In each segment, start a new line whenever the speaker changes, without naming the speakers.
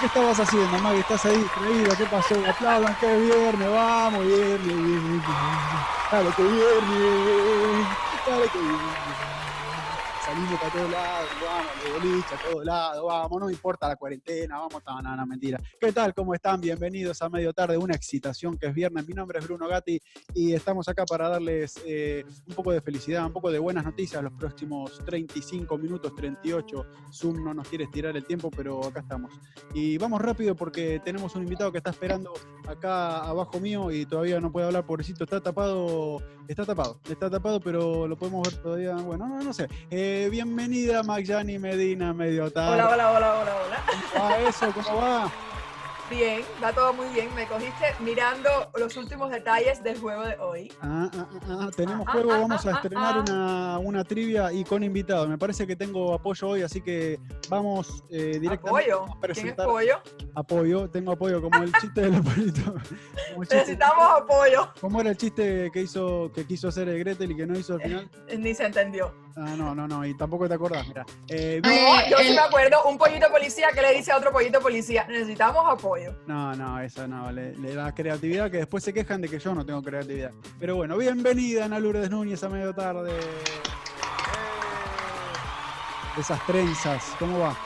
¿Qué estabas haciendo, Maggie? ¿Estás ahí creída? ¿Qué pasó? Aplaudan, que es viernes, vamos, viernes, viernes, viernes. Dale que viernes, dale que viernes. Salimos para todos lados, vamos, de boliche, a todos lados, vamos, no me importa la cuarentena, vamos, no, no, no, mentira. ¿Qué tal? ¿Cómo están? Bienvenidos a Medio Tarde, una excitación que es viernes. Mi nombre es Bruno Gatti y estamos acá para darles eh, un poco de felicidad, un poco de buenas noticias los próximos 35 minutos, 38. Zoom no nos quiere estirar el tiempo, pero acá estamos. Y vamos rápido porque tenemos un invitado que está esperando acá abajo mío y todavía no puede hablar, pobrecito, está tapado, está tapado, está tapado, pero lo podemos ver todavía, bueno, no, no sé. Eh, bienvenida Magyani Medina, medio tarde.
Hola, hola, hola, hola, hola.
¿Cómo va eso? ¿Cómo va?
Bien, va todo muy bien. Me cogiste mirando los últimos detalles del juego de hoy.
Ah, ah, ah, ah, Tenemos juego, vamos a
ah,
estrenar una, una trivia y con invitado. Me parece que tengo apoyo hoy, así que vamos eh, directamente
¿Apoyo?
a
¿Quién es
presentar
pollo?
apoyo. Tengo apoyo, como el chiste de Leoparito. Como, el chiste-
Necesitamos apoyo.
como era el chiste que hizo que quiso hacer el Gretel y que no hizo al final?
Ni se entendió.
Ah, no, no, no, y tampoco te acordás, mira. Eh,
No,
Ay.
yo sí
el-
me acuerdo, un pollito policía que le dice a otro pollito policía, necesitamos apoyo.
No, no, eso no, le, le da creatividad que después se quejan de que yo no tengo creatividad. Pero bueno, bienvenida Ana Lourdes Núñez a medio tarde.
Eh.
Esas trenzas, ¿cómo va?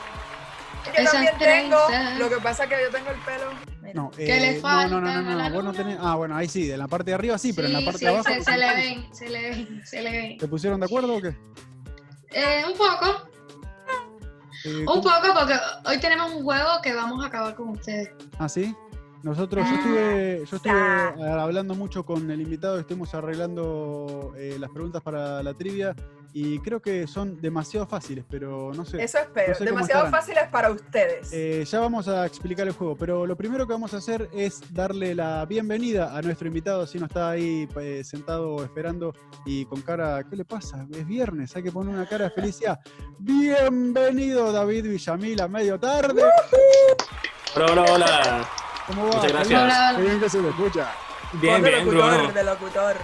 Yo
Esas
también tengo,
trenzas.
lo que pasa es que yo tengo el pelo... mira.
No, eh,
¿Qué le
no, no, no, no,
faltan a
no,
la
vos no
luna?
tenés- Ah, bueno, ahí sí, de la parte de arriba sí, pero en la
Sí,
parte
sí,
de abajo.
se,
no
se le
tenés.
ven, se le ven, se le ven.
¿Te pusieron de acuerdo o qué?
Eh, un poco,
Eh,
un
¿cómo-
poco, porque hoy tenemos un juego que vamos a acabar con ustedes.
¿Ah, sí? Nosotros, yo
Ah,
estuve, yo estuve
está.
ah, hablando mucho con el invitado, estuvimos arreglando eh, las preguntas para la trivia y creo que son demasiado fáciles, pero no sé.
Eso espero.
No sé cómo
Demasiado
estarán.
fáciles para ustedes.
Eh, ya vamos a explicar el juego, pero lo primero que vamos a hacer es darle la bienvenida a nuestro invitado, si no está ahí eh, sentado esperando y con cara, ¿qué le pasa? Es viernes, hay que poner una cara de felicidad. Bienvenido David Villamil a medio tarde.
Hola, hola, hola.
¿Cómo va?
Muchas gracias.
Hola,
Qué
hola.
bien que se te escucha.
Voz
Bien,
de
bien,
locutor,
Bruno.
de locutor.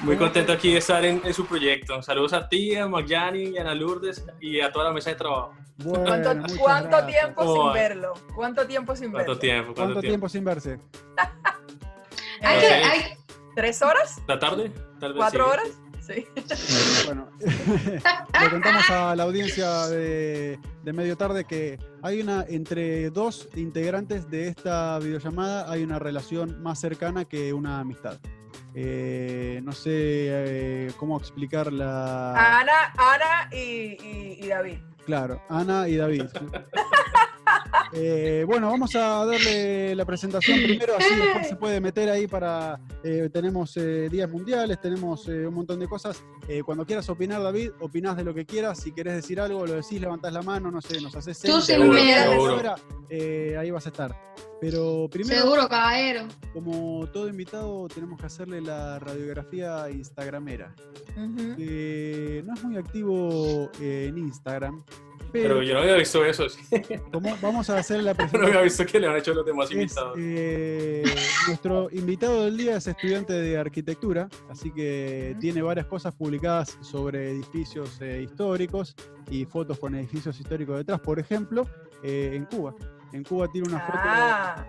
Muy contento aquí de estar en, en su proyecto. Saludos a ti, a Magyani, a Ana Lourdes y a toda la mesa de trabajo.
Bueno,
¿Cuánto,
muchas
cuánto
gracias.
tiempo
¿Cómo
sin
va?
verlo? ¿Cuánto tiempo sin
¿Cuánto
verlo?
tiempo?
¿Cuánto
¿Cuánto
tiempo
tiempo?
sin verse?
Hay
Eh,
que,
Sí.
hay,
¿Tres horas?
¿La tarde? Tal vez
¿Cuatro
sí.
horas? Sí.
Bueno, le
ah,
contamos a la audiencia de, de medio tarde que hay una, entre dos integrantes de esta videollamada, hay una relación más cercana que una amistad. Eh, no sé eh, cómo explicar
Ah,
la...
Ana, Ana y, y- y David.
Claro, Ana y David. Eh, bueno, vamos a darle la presentación primero, así después se puede meter ahí para... eh, tenemos eh, días mundiales, tenemos eh, un montón de cosas. Eh, cuando quieras opinar, David, opinás de lo que quieras. Si querés decir algo, lo decís, levantás la mano, no sé, nos haces...
Tú
señas,
sin
lo que
miedo.
quieras,
Seguro.
ahora, eh, ahí vas a estar. Pero primero,
seguro, caballero.
como todo invitado, tenemos que hacerle la radiografía instagramera.
Ujú.
Eh, no es muy activo eh, en Instagram, pero...
Pero yo no había visto eso. sí.
¿Cómo? Vamos a hacer la
Yo no había
presentación.
visto que le han hecho los demás
Es,
invitados.
eh, nuestro invitado del día es estudiante de arquitectura, así que
Ujú.
tiene varias cosas publicadas sobre edificios eh, históricos y fotos con edificios históricos detrás, por ejemplo, eh, en Cuba. En Cuba tiene una foto,
Ah.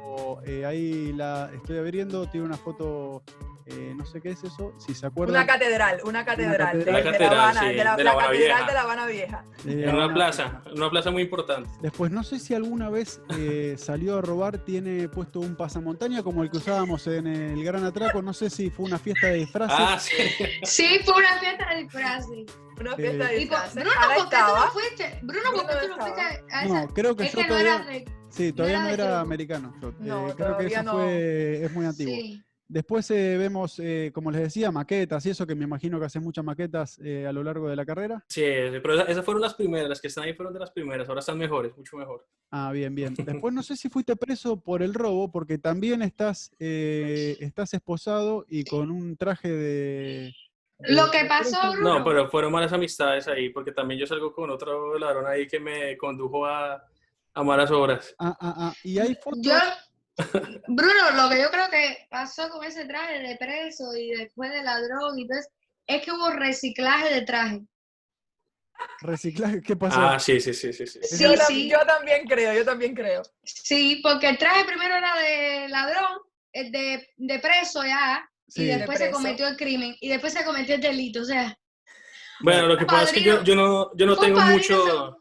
eh, ahí la estoy abriendo, tiene una foto, eh, no sé qué es eso, si se
Una
acuerdan.
catedral, una catedral.
catedral.
de- de,
La
la
catedral,
Habana,
sí,
de la,
de la
la
Habana
catedral
Vieja.
de la Habana Vieja.
eh,
En una plaza, en una plaza muy importante.
Después, no sé si alguna vez eh, salió a robar, tiene puesto un pasamontaña como el que usábamos en el Gran Atraco. No sé si fue una fiesta de disfraces.
Ah, sí.
Sí, fue una fiesta de disfraces.
Una
Sí.
fiesta de
Y por-
disfraces.
Bruno,
Ana
¿por qué tú no
estaba.
fuiste? Bruno,
Bruno
¿por qué tú
no
no fuiste a a
no,
esa?
creo que
Es
yo
que no
todavía.
era de...
sí, todavía no
era
era,
de club.
americano. yo, eh,
No,
creo que
todavía
eso
no.
fue, es muy antiguo.
Sí.
Después eh, vemos, eh, como les decía, maquetas y eso, que me imagino que haces muchas maquetas eh, a lo largo de la carrera.
Sí, pero esa- esas fueron las primeras. Las que están ahí fueron de las primeras. Ahora están mejores, mucho mejor.
Ah, bien, bien. Después no sé si fuiste preso por el robo, porque
Pues
también estás, eh, estás esposado y con un traje de,
Lo que pasó, Bruno.
No, pero fueron malas amistades ahí, porque también yo salgo con otro ladrón ahí que me condujo a, a malas obras.
Ah, ah, ah. Y hay fotos.
Yo, Bruno, lo que yo creo que pasó con ese traje de preso y después de ladrón y todo eso, es que hubo reciclaje de traje.
Reciclaje, ¿qué pasó?
Ah, sí, sí, sí, sí. sí.
Sí,
yo, tam-
sí.
yo también creo, yo también creo.
Sí, porque el traje primero era de ladrón, el de, de preso ya,
Sí.
y
de
después se
preso.
cometió el crimen, y después se cometió el delito, o sea,
Bueno, lo que pasa es que yo,
Padrino.
yo no, yo no
Fue
tengo
padrino
mucho.
seguro.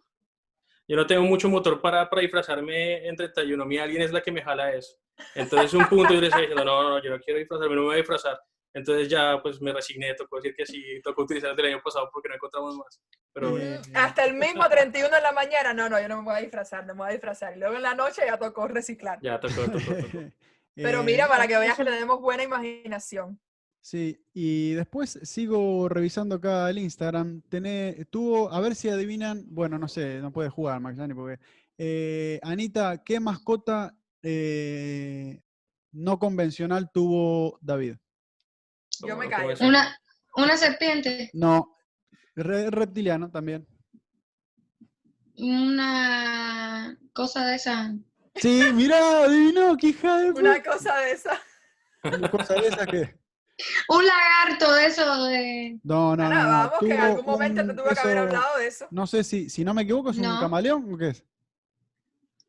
Yo no tengo mucho motor para, para disfrazarme en 31. Mi alguien es la que me jala eso. Entonces, un punto yo le estoy diciendo, no, no, no, yo no quiero disfrazarme, no me voy a disfrazar. Entonces, ya pues me resigné, tocó decir que sí, tocó utilizar el del año pasado porque no encontramos más. Pero
Eh,
Hasta el mismo 31 de la mañana, no, no, yo no me voy a disfrazar, no me voy a disfrazar. Luego en la noche ya tocó reciclar.
ya tocó, tocó, tocó.
Pero
Eh,
mira, para que veas que tenemos buena imaginación.
Sí, y después sigo revisando acá el Instagram. Tené, tuvo, a ver si adivinan, bueno, no sé, no puede jugar Maxani porque... eh, Anita, ¿qué mascota eh, no convencional tuvo David?
Yo me
No,
callo.
¿cómo es?
una, una serpiente,
No, re- reptiliano también.
una cosa de esa.
Sí, mirá, adivinó, qué hija de puta.
Una cosa de esa.
Una cosa de esas que...
Un lagarto de eso de...
No, no, no,
Ahora
no,
vamos, que en
Ah, tuvo
algún momento te
un-
tuvo que haber
eso-
hablado de eso.
No sé si, si no me equivoco, ¿es un
No.
camaleón o qué es?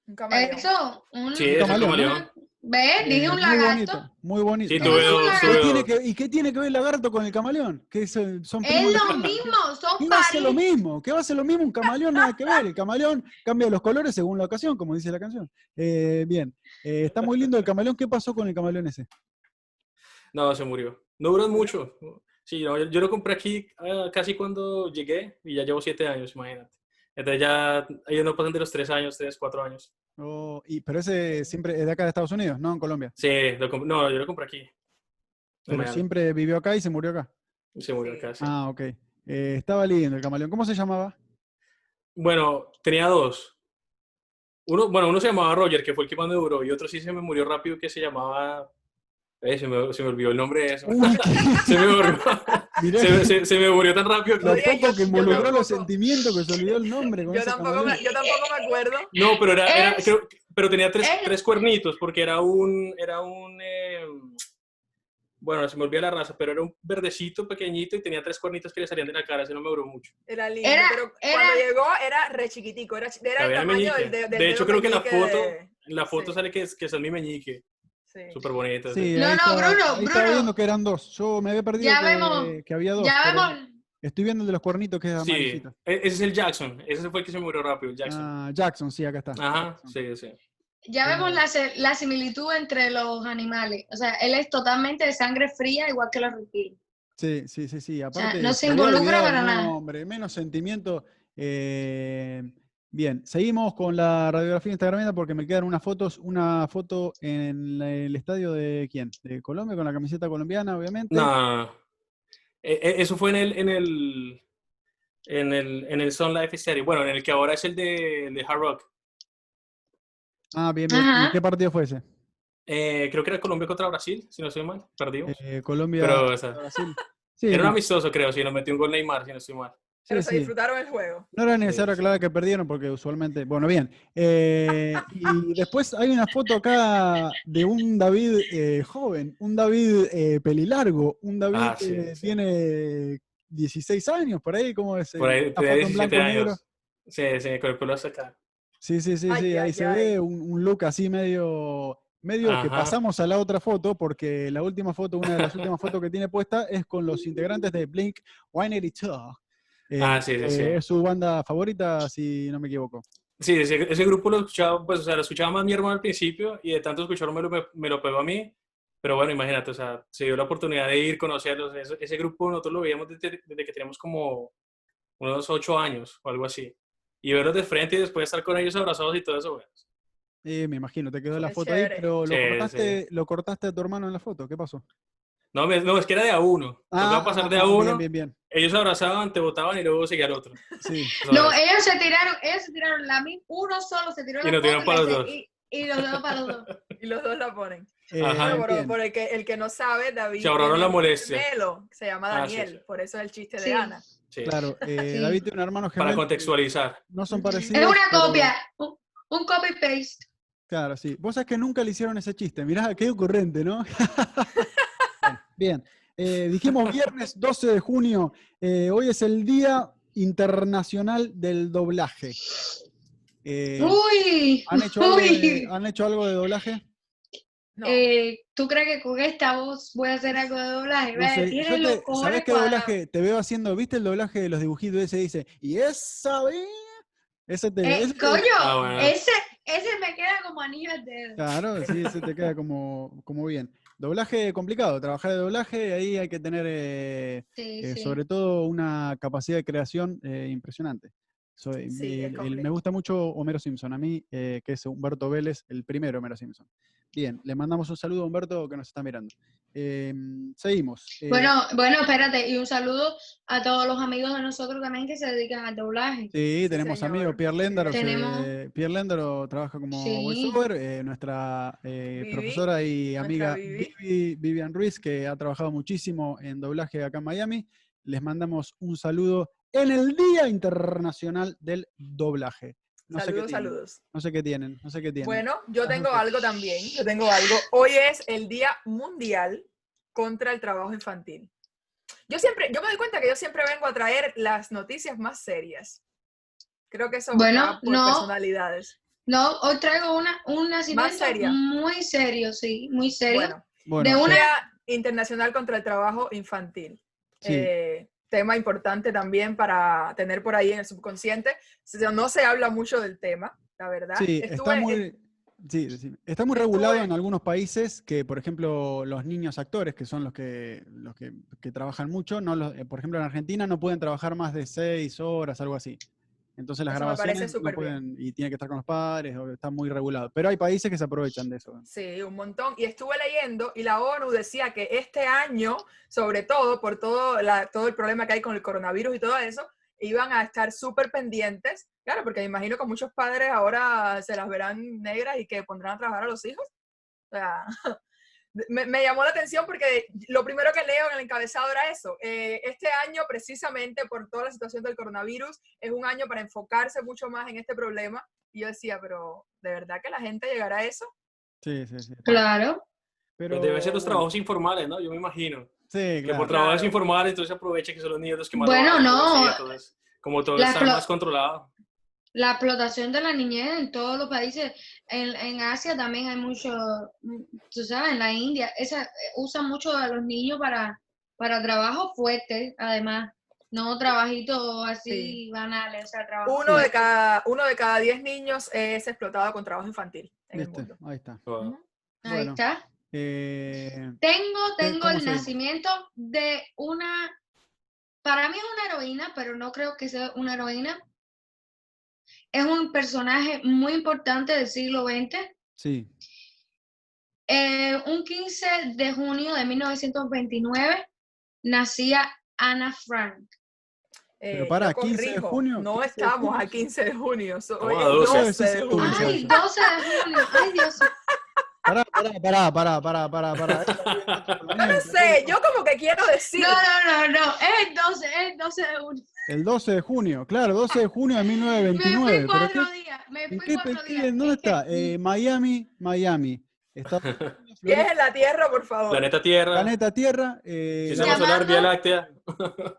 Un camaleón.
Eso, un...
Sí, es un
Camaleón,
camaleón.
¿Ves? Dije
Eh,
un
Muy
lagarto.
bonito, muy bonito.
Sí,
Pero
tuve
es un
dos,
lagarto.
tuve
¿Qué
dos.
tiene que- ¿Y qué tiene que ver el lagarto con el camaleón? Que son, son primos
Es lo
lejanos.
mismo,
¿Qué
son
va a ser lo
parientes.
mismo? ¿Qué va a ser lo mismo? Un camaleón nada que ver. El camaleón cambia los colores según la ocasión, como dice la canción. Eh, bien, Eh, está muy lindo el camaleón. ¿Qué pasó con el camaleón ese?
No, se murió. No duran mucho. Sí, no, yo, yo lo compré aquí ah, casi cuando llegué y ya llevo siete años, imagínate. Entonces ya ellos no pasan de los tres años, tres, cuatro años.
Oh, y, pero ese siempre es de acá de Estados Unidos, no en Colombia.
Sí, lo comp- no, yo lo compré aquí. en
Pero
Miami.
siempre vivió acá y se murió acá.
Se murió
Sí.
casi.
Ah, ok. Eh, estaba lindo el camaleón. ¿Cómo se llamaba?
Bueno, tenía dos. Uno, bueno, uno se llamaba Roger, que fue el que más me duró, y otro sí se me murió rápido, que se llamaba... eh, se, me, se me olvidó el nombre de eso.
Uy, qué-
Se me murió,
mirá
se, me- se- se me murió tan rápido.
lo
que-
Oye, yo-
poco que
yo
involucró los
tampoco-
sentimientos que se olvidó el nombre. con
Yo
ese
tampoco, me,
camaleón.
yo tampoco me acuerdo.
No, pero era, era-
Es-
creo que- pero tenía tres,
es-
tres cuernitos, porque era un, era un, eh, bueno, se me olvidó la raza, pero era un verdecito pequeñito y tenía tres cuernitos que le salían de la cara, se no me duró mucho.
Era lindo,
Era-
pero
era-
cuando llegó era re chiquitico, era, chi- era el
Todavía me
tamaño
meñique.
del de, del
De
dedo
hecho, creo que la
meñique
foto-
de-
En la foto
Sí.
sale que es, que es mi meñique,
sí.
súper bonito.
Sí,
No,
ahí
no,
estaba-
Bruno,
ahí estaba
Bruno.
viendo que eran dos. Yo me había perdido
Ya
que,
vemos,
que había dos.
Ya
pero
vemos,
Estoy viendo el de los cuernitos que es
Sí,
amarillito.
e- ese es el Jackson, ese fue el que se murió rápido, el Jackson.
Ah, Jackson, sí, acá está.
Ajá,
Jackson.
sí, sí.
ya vemos la, se- la similitud entre los animales. O sea, él es totalmente de sangre fría, igual que los reptiles.
Sí, sí, sí, sí. Aparte,
no se
había
involucra
olvidado
para
el
nada.
nombre, menos sentimiento. eh, bien, seguimos con la radiografía instagramera porque me quedan unas fotos. Una foto en la- el estadio de quién? De Colombia, con la camiseta colombiana, obviamente.
No, E- e- eso fue en el, en el, en el, en el Sun Life Stadium, bueno, en el que ahora es el de, el de Hard Rock.
Ah, bien, bien. ¿Y
Ajá.
qué partido fue ese?
Eh, creo que era Colombia contra Brasil, si no estoy mal, perdimos.
Eh, Colombia,
Pero, o sea,
Brasil. Sí,
era un
no,
amistoso, creo, si nos metió un gol Neymar, si no estoy mal.
Pero
sí,
se
sí.
disfrutaron el juego.
No era necesario
sí.
aclarar que perdieron porque usualmente. Bueno, bien. Eh, y después hay una foto acá de un David eh, joven, un David eh, pelilargo, un David
Ah, sí,
que
sí.
tiene 16 años, por ahí, ¿cómo es?
Por ahí
Una
tenía
foto en
17
blanco y negro.
años. Sí, sí, con el pelo hasta acá.
Sí, sí, sí,
Ay,
sí, ahí
ay,
se
ay.
ve un, un look así medio. Medio que
Ajá.
pasamos a la otra foto, porque la última foto, una de las últimas fotos que tiene puesta es con los integrantes de Blink 182. Eh,
Ah, sí, sí, sí.
eh, es su banda favorita, si no me equivoco.
Sí, ese, ese grupo lo escuchaba, pues, o sea, lo escuchaba más mi hermano al principio y de tanto escucharlo me lo, me, lo pegó a mí. Pero bueno, imagínate, o sea, se dio la oportunidad de ir, conocerlos. Ese, ese grupo nosotros lo veíamos desde, desde que teníamos como unos ocho años o algo así. Y verlos de frente y después estar con ellos abrazados y todo eso, bueno.
Eh, me imagino, te quedó la
Qué
foto ahí,
chévere.
pero lo,
Sí,
cortaste, lo cortaste a tu hermano en la foto. ¿Qué pasó?
No, me- no, es que era de a uno. Tocaba pasar de a
ah,
uno,
Bien, bien, bien.
ellos abrazaban, te botaban y luego seguía el otro.
Sí.
Eso
No, eh,
era.
ellos se tiraron, ellos se tiraron la misma, uno solo se tiró
Y
la
nos
foto
tiraron para los
se-
dos.
y- Y los dedos para los dos.
Y los dos la ponen.
Eh,
Ajá.
Bueno, por,
bien.
por el, que, el que no sabe, David.
Ah, Se ahorraron la
tiene un
molestia.
gemelo, que se llama
Ah,
Daniel,
sí, sí.
por eso es el chiste
Sí.
de Ana.
Sí.
Claro, eh,
Sí.
David tiene un hermano gemelo.
Para contextualizar.
No son
Ujú.
parecidos.
Es una
pero-
copia, un, un copy paste.
Claro, sí. Vos sabés que nunca le hicieron ese chiste. Mirá, qué ocurrente, ¿no? Bien. Eh, dijimos viernes 12 de junio. Eh, hoy es el Día Internacional del Doblaje. Eh,
Uy,
¿han, hecho algo de, ah,
uy.
han hecho algo de doblaje?
No.
Eh, ¿Tú crees que con esta voz voy a hacer algo de doblaje?
No sé,
Tienes
yo
los
te-
cojones Eh,
¿Sabés qué
cuadrados.
doblaje? Te veo haciendo, ¿viste el doblaje de los dibujitos? Ese dice, y esa vez. Ese te,
Eh,
ese te-
coño,
Ah, bueno.
ese, ese me queda como anillo al dedo.
Claro, sí, se te queda como, como bien. Doblaje complicado, trabajar de doblaje, ahí hay que tener eh,
Sí,
eh,
sí.
sobre todo una capacidad de creación eh, impresionante. So, eh,
Sí,
el-
es
el- me
complejo.
gusta mucho Homero Simpson, a mí, eh, que es Humberto Vélez, el primero Homero Simpson. Bien, le mandamos un saludo a Humberto que nos está mirando. Eh, seguimos. eh,
Bueno, bueno, espérate, y un saludo a todos los amigos de nosotros también que se dedican al doblaje.
Sí, tenemos amigos,
señor.
Pierre Léndaro. que-
Tenemos-
Pierre Léndaro trabaja como
Sí.
voiceover, eh, nuestra eh,
Vivi,
profesora y
nuestra
amiga
Vivi.
Vivi- Vivian Ruiz, que ha trabajado muchísimo en doblaje acá en Miami. Les mandamos un saludo en el Día Internacional del Doblaje. No sé qué
saludos,
tienen,
saludos.
No sé qué tienen, no sé qué tienen.
Bueno,
Ah,
yo
Ajá,
tengo
ok.
algo también, yo tengo algo. Hoy es el Día Mundial contra el Trabajo Infantil. Yo siempre, yo me doy cuenta que yo siempre vengo a traer las noticias más serias. Creo que eso
Bueno,
va por
no.
personalidades.
No, hoy traigo una, un nacimiento
seria.
muy serio, sí, muy serio.
Bueno,
Bueno,
de
sí,
una-
Día Internacional contra el Trabajo Infantil.
sí,
Eh, tema importante también para tener por ahí en el subconsciente. O sea, No se habla mucho del tema, la verdad.
sí, está
Estuve-
muy... sí, decime. está muy regulado
estuve-
en algunos países que, por ejemplo, los niños actores, que son los que, los que, que trabajan mucho, no los, eh, por ejemplo, en Argentina no pueden trabajar más de seis horas, algo así. Entonces las
Eso me parece
grabaciones no
súper bien.
pueden, y tiene que estar con los padres, o está muy regulado. Pero hay países que se aprovechan de eso.
Sí, un montón. Y estuve leyendo y la ONU decía que este año, sobre todo por todo, la- todo el problema que hay con el coronavirus y todo eso, iban a estar súper pendientes. Claro, porque me imagino que muchos padres ahora se las verán negras y que pondrán a trabajar a los hijos. O sea, me, me llamó la atención porque lo primero que leo en el encabezado era eso. eh, este año, precisamente por toda la situación del coronavirus, es un año para enfocarse mucho más en este problema. Y yo decía, pero ¿de verdad que la gente llegará a eso?
Sí, sí, sí.
Claro.
Pero,
Pero debe ser los
bueno,
trabajos informales, ¿no? Yo me imagino.
Sí,
Que
claro.
por trabajos
Claro.
informales, entonces aprovecha que son los niños los que más
Bueno,
trabajan,
no.
entonces, ya todo es- como todo
La
está
flo-
más controlado.
La explotación de la niñez en todos los países, en, en Asia también hay mucho, mm, tú sabes, en la India, esa, eh, usan mucho a los niños para, para trabajo fuerte, además, no trabajitos así
Sí.
banales, o sea, trabajo
Uno de
fuerte.
cada uno de cada diez niños es explotado con trabajo infantil en el
Viste,
mundo.
Ahí está.
Wow.
Ujú.
Ahí
Bueno.
está.
Eh,
Tengo,
¿Qué-
tengo
cómo
el
se llama?
nacimiento de una, para mí es una heroína, pero no creo que sea una heroína. Es un personaje muy importante del siglo XX.
sí,
Eh, un 15 de junio de 1929 nacía Ana Frank.
Eh,
Pero pará,
yo
15 de
corrijo,
junio,
No
15 de
estamos
junio.
a 15 de junio, so-
Estamos
hoy
a
es
12.
12 de
Ay,
junio.
Uy,
Ay,
sí.
12 de junio. Ay, Dios.
Pará, pará, pará, pará, pará, pará, pará.
No lo sé, yo como que quiero decir.
No, no, no, no. Es 12, es 12 de junio.
El 12 de junio, claro, 12 de junio de
Me
1929.
fui
¿Pero
cuatro
qué,
días. Me
en
fui
qué,
cuatro
qué-
días.
en dónde
Es que-
está? Eh, Miami, Miami. Está Florida,
Dejen la tierra, por favor.
Planeta Tierra,
planeta Tierra. eh,
si
estamos-
estamos solar,
Llamando-
Vía Láctea.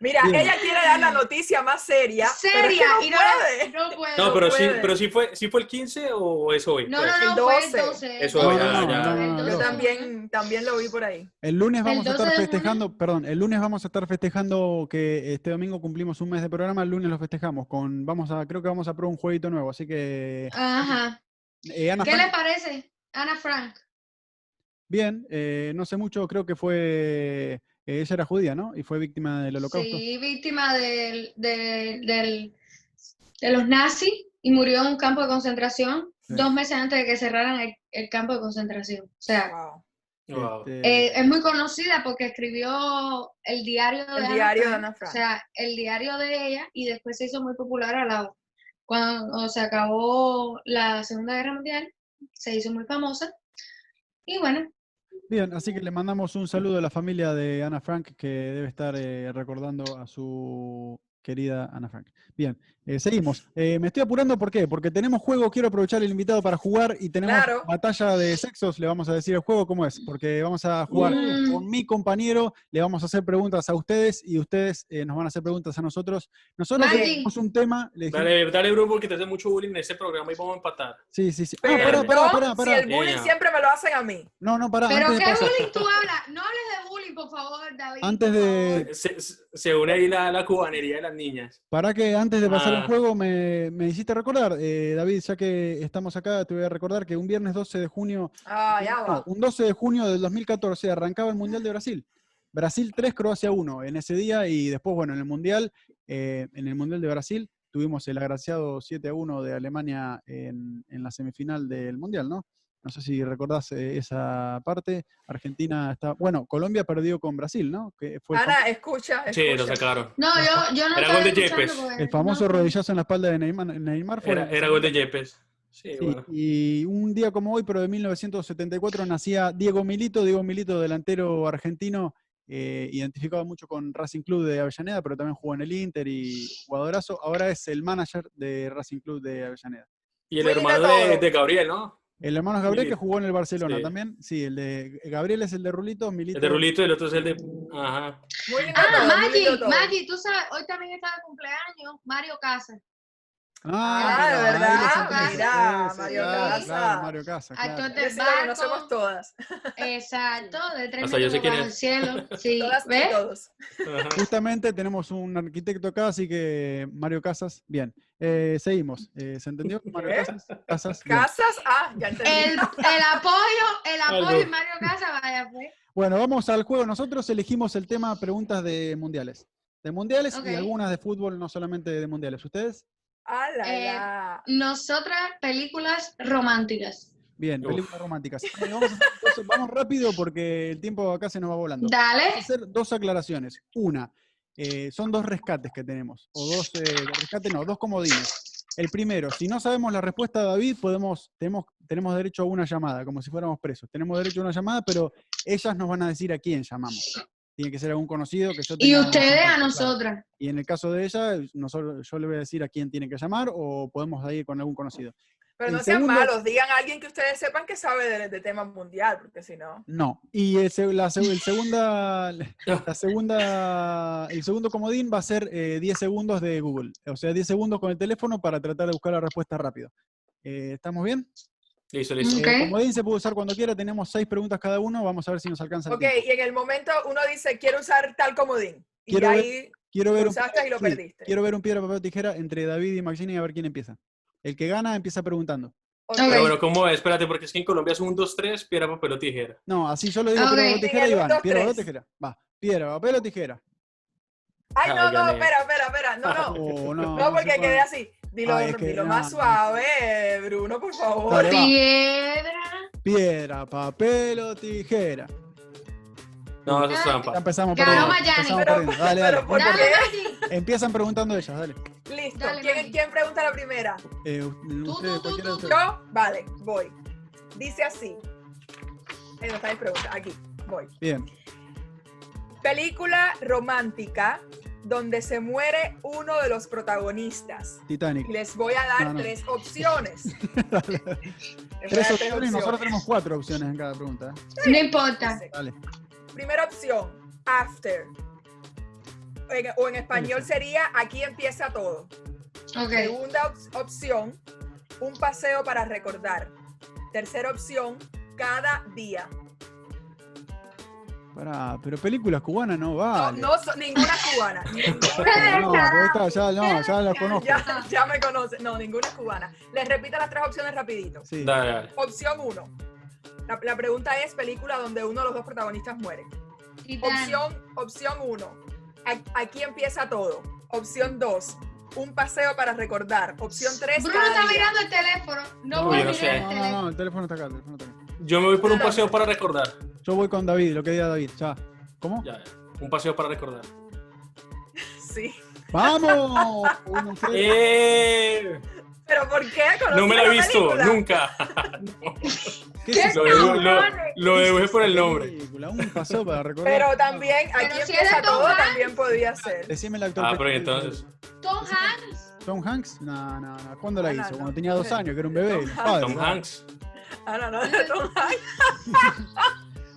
Mira,
Bien.
ella quiere dar la noticia más seria. pero es que
Seria.
no
y
puede.
no, no puedo.
No, pero sí,
puede.
pero sí fue, sí fue el 15 o es hoy.
No, no,
Pues,
no,
El
fue
12.
el 12.
Eso,
ya, ya.
el
Yo
12.
también, también lo vi por ahí.
el lunes vamos a
12
estar
de junio.
festejando, perdón, el lunes vamos a estar festejando que este domingo cumplimos un mes de programa, el lunes lo festejamos con, vamos a, creo que vamos a probar un jueguito nuevo, así que
Ajá.
eh, Ana
¿Qué
Frank,
les parece? Ana Frank.
bien, eh, no sé mucho, creo que fue, eh, ella era judía, ¿no? Y fue víctima del holocausto.
Sí, víctima del, del, del- de los nazis y murió en un campo de concentración
Sí.
dos meses antes de que cerraran el, el campo de concentración. O sea,
Ah,
Wow.
Wow.
Este,
eh, es muy conocida porque escribió el diario de,
El
Ana
diario de
Frank,
Ana Frank.
O sea, el diario de ella y después se hizo muy popular al lado. Cuando se acabó la Segunda Guerra Mundial, se hizo muy famosa. Y bueno,
Bien, así que le mandamos un saludo a la familia de Ana Frank, que debe estar eh, recordando a su querida Ana Frank. Bien, eh, seguimos. Eh, me estoy apurando, ¿por qué? Porque tenemos juego, quiero aprovechar el invitado para jugar y tenemos
Claro.
batalla de sexos, le vamos a decir el juego cómo es, porque vamos a jugar
Mm.
con mi compañero, le vamos a hacer preguntas a ustedes y ustedes eh, nos van a hacer preguntas a nosotros. Nosotros
Dale.
tenemos un tema, le dijimos-
Dale, dale, Bruno, que te hace mucho bullying en este programa y vamos a empatar.
Sí, sí, sí. Ah,
Perdón,
pará, pará, pará, pará.
si el bullying
Venga.
siempre me lo hacen a mí.
No, no, pará,
pero
antes de
¿qué
pasar.
bullying tú hablas? No hables de bullying, por favor, David.
Antes
por
de-
favor.
Se, se- se une ahí la, la cubanería de las niñas.
Para que antes de pasar el
Ah.
juego me, me hiciste recordar, eh, David, ya que estamos acá, te voy a recordar que un viernes 12 de junio,
Ah, ya
no,
va.
un 12 de junio del 2014 arrancaba el Mundial de Brasil. Brasil 3, Croacia 1 en ese día y después, bueno, en el Mundial, eh, en el Mundial de Brasil tuvimos el agraciado 7 a 1 de Alemania en, en la semifinal del Mundial, ¿no? No sé si recordás eh, esa parte. Argentina está, bueno, Colombia perdió con Brasil, ¿no? Que fue el fam-
Ana, escucha,
Sí, lo
escucha.
sacaron.
No, yo, yo no
Era
estaba
gol de
escuchando
Yepes.
porque-
el famoso
no.
rodillazo en la espalda de Neymar, Neymar fue
Era, era gol de Yepes. Sí,
Sí,
bueno.
Y un día como hoy, pero de 1974, nacía Diego Milito, Diego Milito, delantero argentino, eh, identificado mucho con Racing Club de Avellaneda, pero también jugó en el Inter y jugadorazo. Ahora es el manager de Racing Club de Avellaneda.
Y el
Willy
hermano
Gato.
de, de Gabriel, ¿no?
El hermano es Gabriel que
Milito.
jugó en el Barcelona
Sí.
también. Sí, el de Gabriel es el de Rulito, Milito.
El de Rulito y el otro es el de. Ajá.
Muy lindo todo,
Ah,
muy lindo
Maggi,
todo.
Maggi, tú sabes, hoy también está de cumpleaños Mario Casas.
Ah,
mirá,
de verdad,
ahí lo sentís.
mirá,
Ese,
Mario
claro,
Casas.
claro, Mario Casas, Ah, claro.
Actor
Yo
del
sí la
barco.
conocemos todas.
Exacto, de tres
Hasta yo
metros
sé quién
bajo el
es.
cielo. Sí,
Todas y
¿ves?
todos.
ajá.
Justamente tenemos un arquitecto acá, así que Mario Casas, bien. Eh, seguimos. Eh, ¿Se entendió? Mario
¿Eh?
Casas. Casas. bien.
Casas, ah, ya entendí.
El, el apoyo, el apoyo
Algo.
y Mario Casas, vaya pues.
Bueno, vamos al juego. Nosotros elegimos el tema preguntas de mundiales. De mundiales
Ok.
y algunas de fútbol, no solamente de mundiales. ¿Ustedes?
Ah, la,
Eh,
la.
Nosotras, películas románticas.
Bien,
Uf.
películas románticas. Bueno, vamos, a hacer entonces- vamos rápido porque el tiempo acá se nos va volando. Vamos a
Dale.
hacer dos aclaraciones. Una, eh, son dos rescates que tenemos, o dos eh, rescates, no, dos comodines. El primero, si no sabemos la respuesta, David, podemos, tenemos, tenemos derecho a una llamada, como si fuéramos presos. Tenemos derecho a una llamada, pero ellas nos van a decir a quién llamamos. Tiene que ser algún conocido que yo
Y
tenga-
ustedes a
Claro.
nosotras.
Y en el caso de ella, nosotros, yo le voy a decir a quién tiene que llamar o podemos ir con algún conocido.
Pero
el
no sean
segundo-
malos, digan a alguien que ustedes sepan que sabe de, de tema mundial, porque si no.
No. Y el, se- la, se- el segunda, la segunda, el segundo comodín va a ser eh, 10 segundos de Google. O sea, 10 segundos con el teléfono para tratar de buscar la respuesta rápido. Eh, ¿Estamos bien?
Listo, listo.
Eh,
Ok.
comodín se puede usar cuando quiera. Tenemos seis preguntas cada uno. Vamos a ver si nos alcanza. el
Ok,
tiempo.
y en el momento uno dice, quiero usar tal comodín. Y
Quiero ver-
ahí
Quiero ver
lo
un,
usaste y lo
sí,
perdiste.
quiero ver un piedra, papel o tijera entre David y Maxine y a ver quién empieza. El que gana empieza preguntando.
Ok.
Pero
Pero bueno, ¿cómo es? Espérate, porque es que en Colombia es un 2-3, piedra, papel o tijera.
No, así yo lo digo piedra,
Ok.
papel o tijera y
Digan,
van.
dos,
Piedra, papel o
tres.
tijera. Va. Piedra, papel o tijera.
Ay, no,
Ay,
no,
gané.
espera, espera, espera. No, no.
Oh, no,
No,
se
porque
puede.
quedé así. Dilo,
Ay, es que
dilo
no,
más
no.
suave, Bruno, por favor.
Dale, va.
Piedra.
Piedra, papel o tijera.
No, eso es
Ya
trampa.
empezamos
Ganó
perdiendo.
Mayani.
empezamos
Pero-
perdiendo. Dale, dale.
pero por-
Dale,
qué?
Maggi.
Empiezan preguntando ellas, dale.
Listo.
Dale,
¿Quién,
Maggie.
quién pregunta la primera?
Eh,
tú,
ustedes,
tú,
cualquiera de
tú,
ustedes.
Yo, vale, voy. Dice así. Ahí no está mi pregunta. Aquí, voy.
Bien.
Película romántica donde se muere uno de los protagonistas. Y
Titanic.
les voy a dar
No, no.
tres opciones. Les
Dale.
voy a
Tres
dar
opciones y nosotros tenemos cuatro opciones en cada pregunta. ¿eh?
No importa.
Dale.
Primera opción, after. En- o en español
Esa.
sería aquí empieza todo.
Ok.
Segunda op- opción, un paseo para recordar. Tercera opción, cada día.
Pará, pero películas cubanas no
No,
vale.
no so- ninguna cubana.
No,
ninguna
no,
cubana.
porque esta ya, no, ya las conozco.
ya, ya me conocen. No, ninguna es cubana. Les repito las tres opciones rapidito.
Sí.
Dale, dale.
Opción 1. La, la pregunta es película donde uno de los dos protagonistas muere.
Titanic.
Opción, opción 1. Aquí empieza todo. Opción 2. Un paseo para recordar. Opción 3.
Bruno está mirando el teléfono. No
Uy,
puede
no
mirar
sé.
el
No, no,
teléfono.
no, el teléfono está acá, el teléfono está acá.
Yo me voy por un paseo para recordar.
Yo voy con David, lo que diga David, ya. ¿Cómo?
Ya, ya. un paseo para recordar.
Sí.
¡Vamos! Uno, cero.
¡Eh!
¿Pero por qué? Conocí
No me la he visto,
película.
nunca.
¿Qué
¿Qué
es
Lo,
esa
debu- lo- lo deduje por el nombre.
película? Un paseo para recordar.
Pero también, aquí
Pero si
empieza
era Tom
todo,
Hanks.
también podía ser.
Decime el actor.
Ah, pero ¿y
principal.
entonces.
Tom Hanks.
¿Tom Hanks? No, no, no. ¿Cuándo la
Ah,
hizo?
no, no.
Cuando tenía dos años, que era un bebé.
Tom
los
Hanks.
padres,
Tom
¿no?
Hanks.
Ah, no, no, Tom Hanks.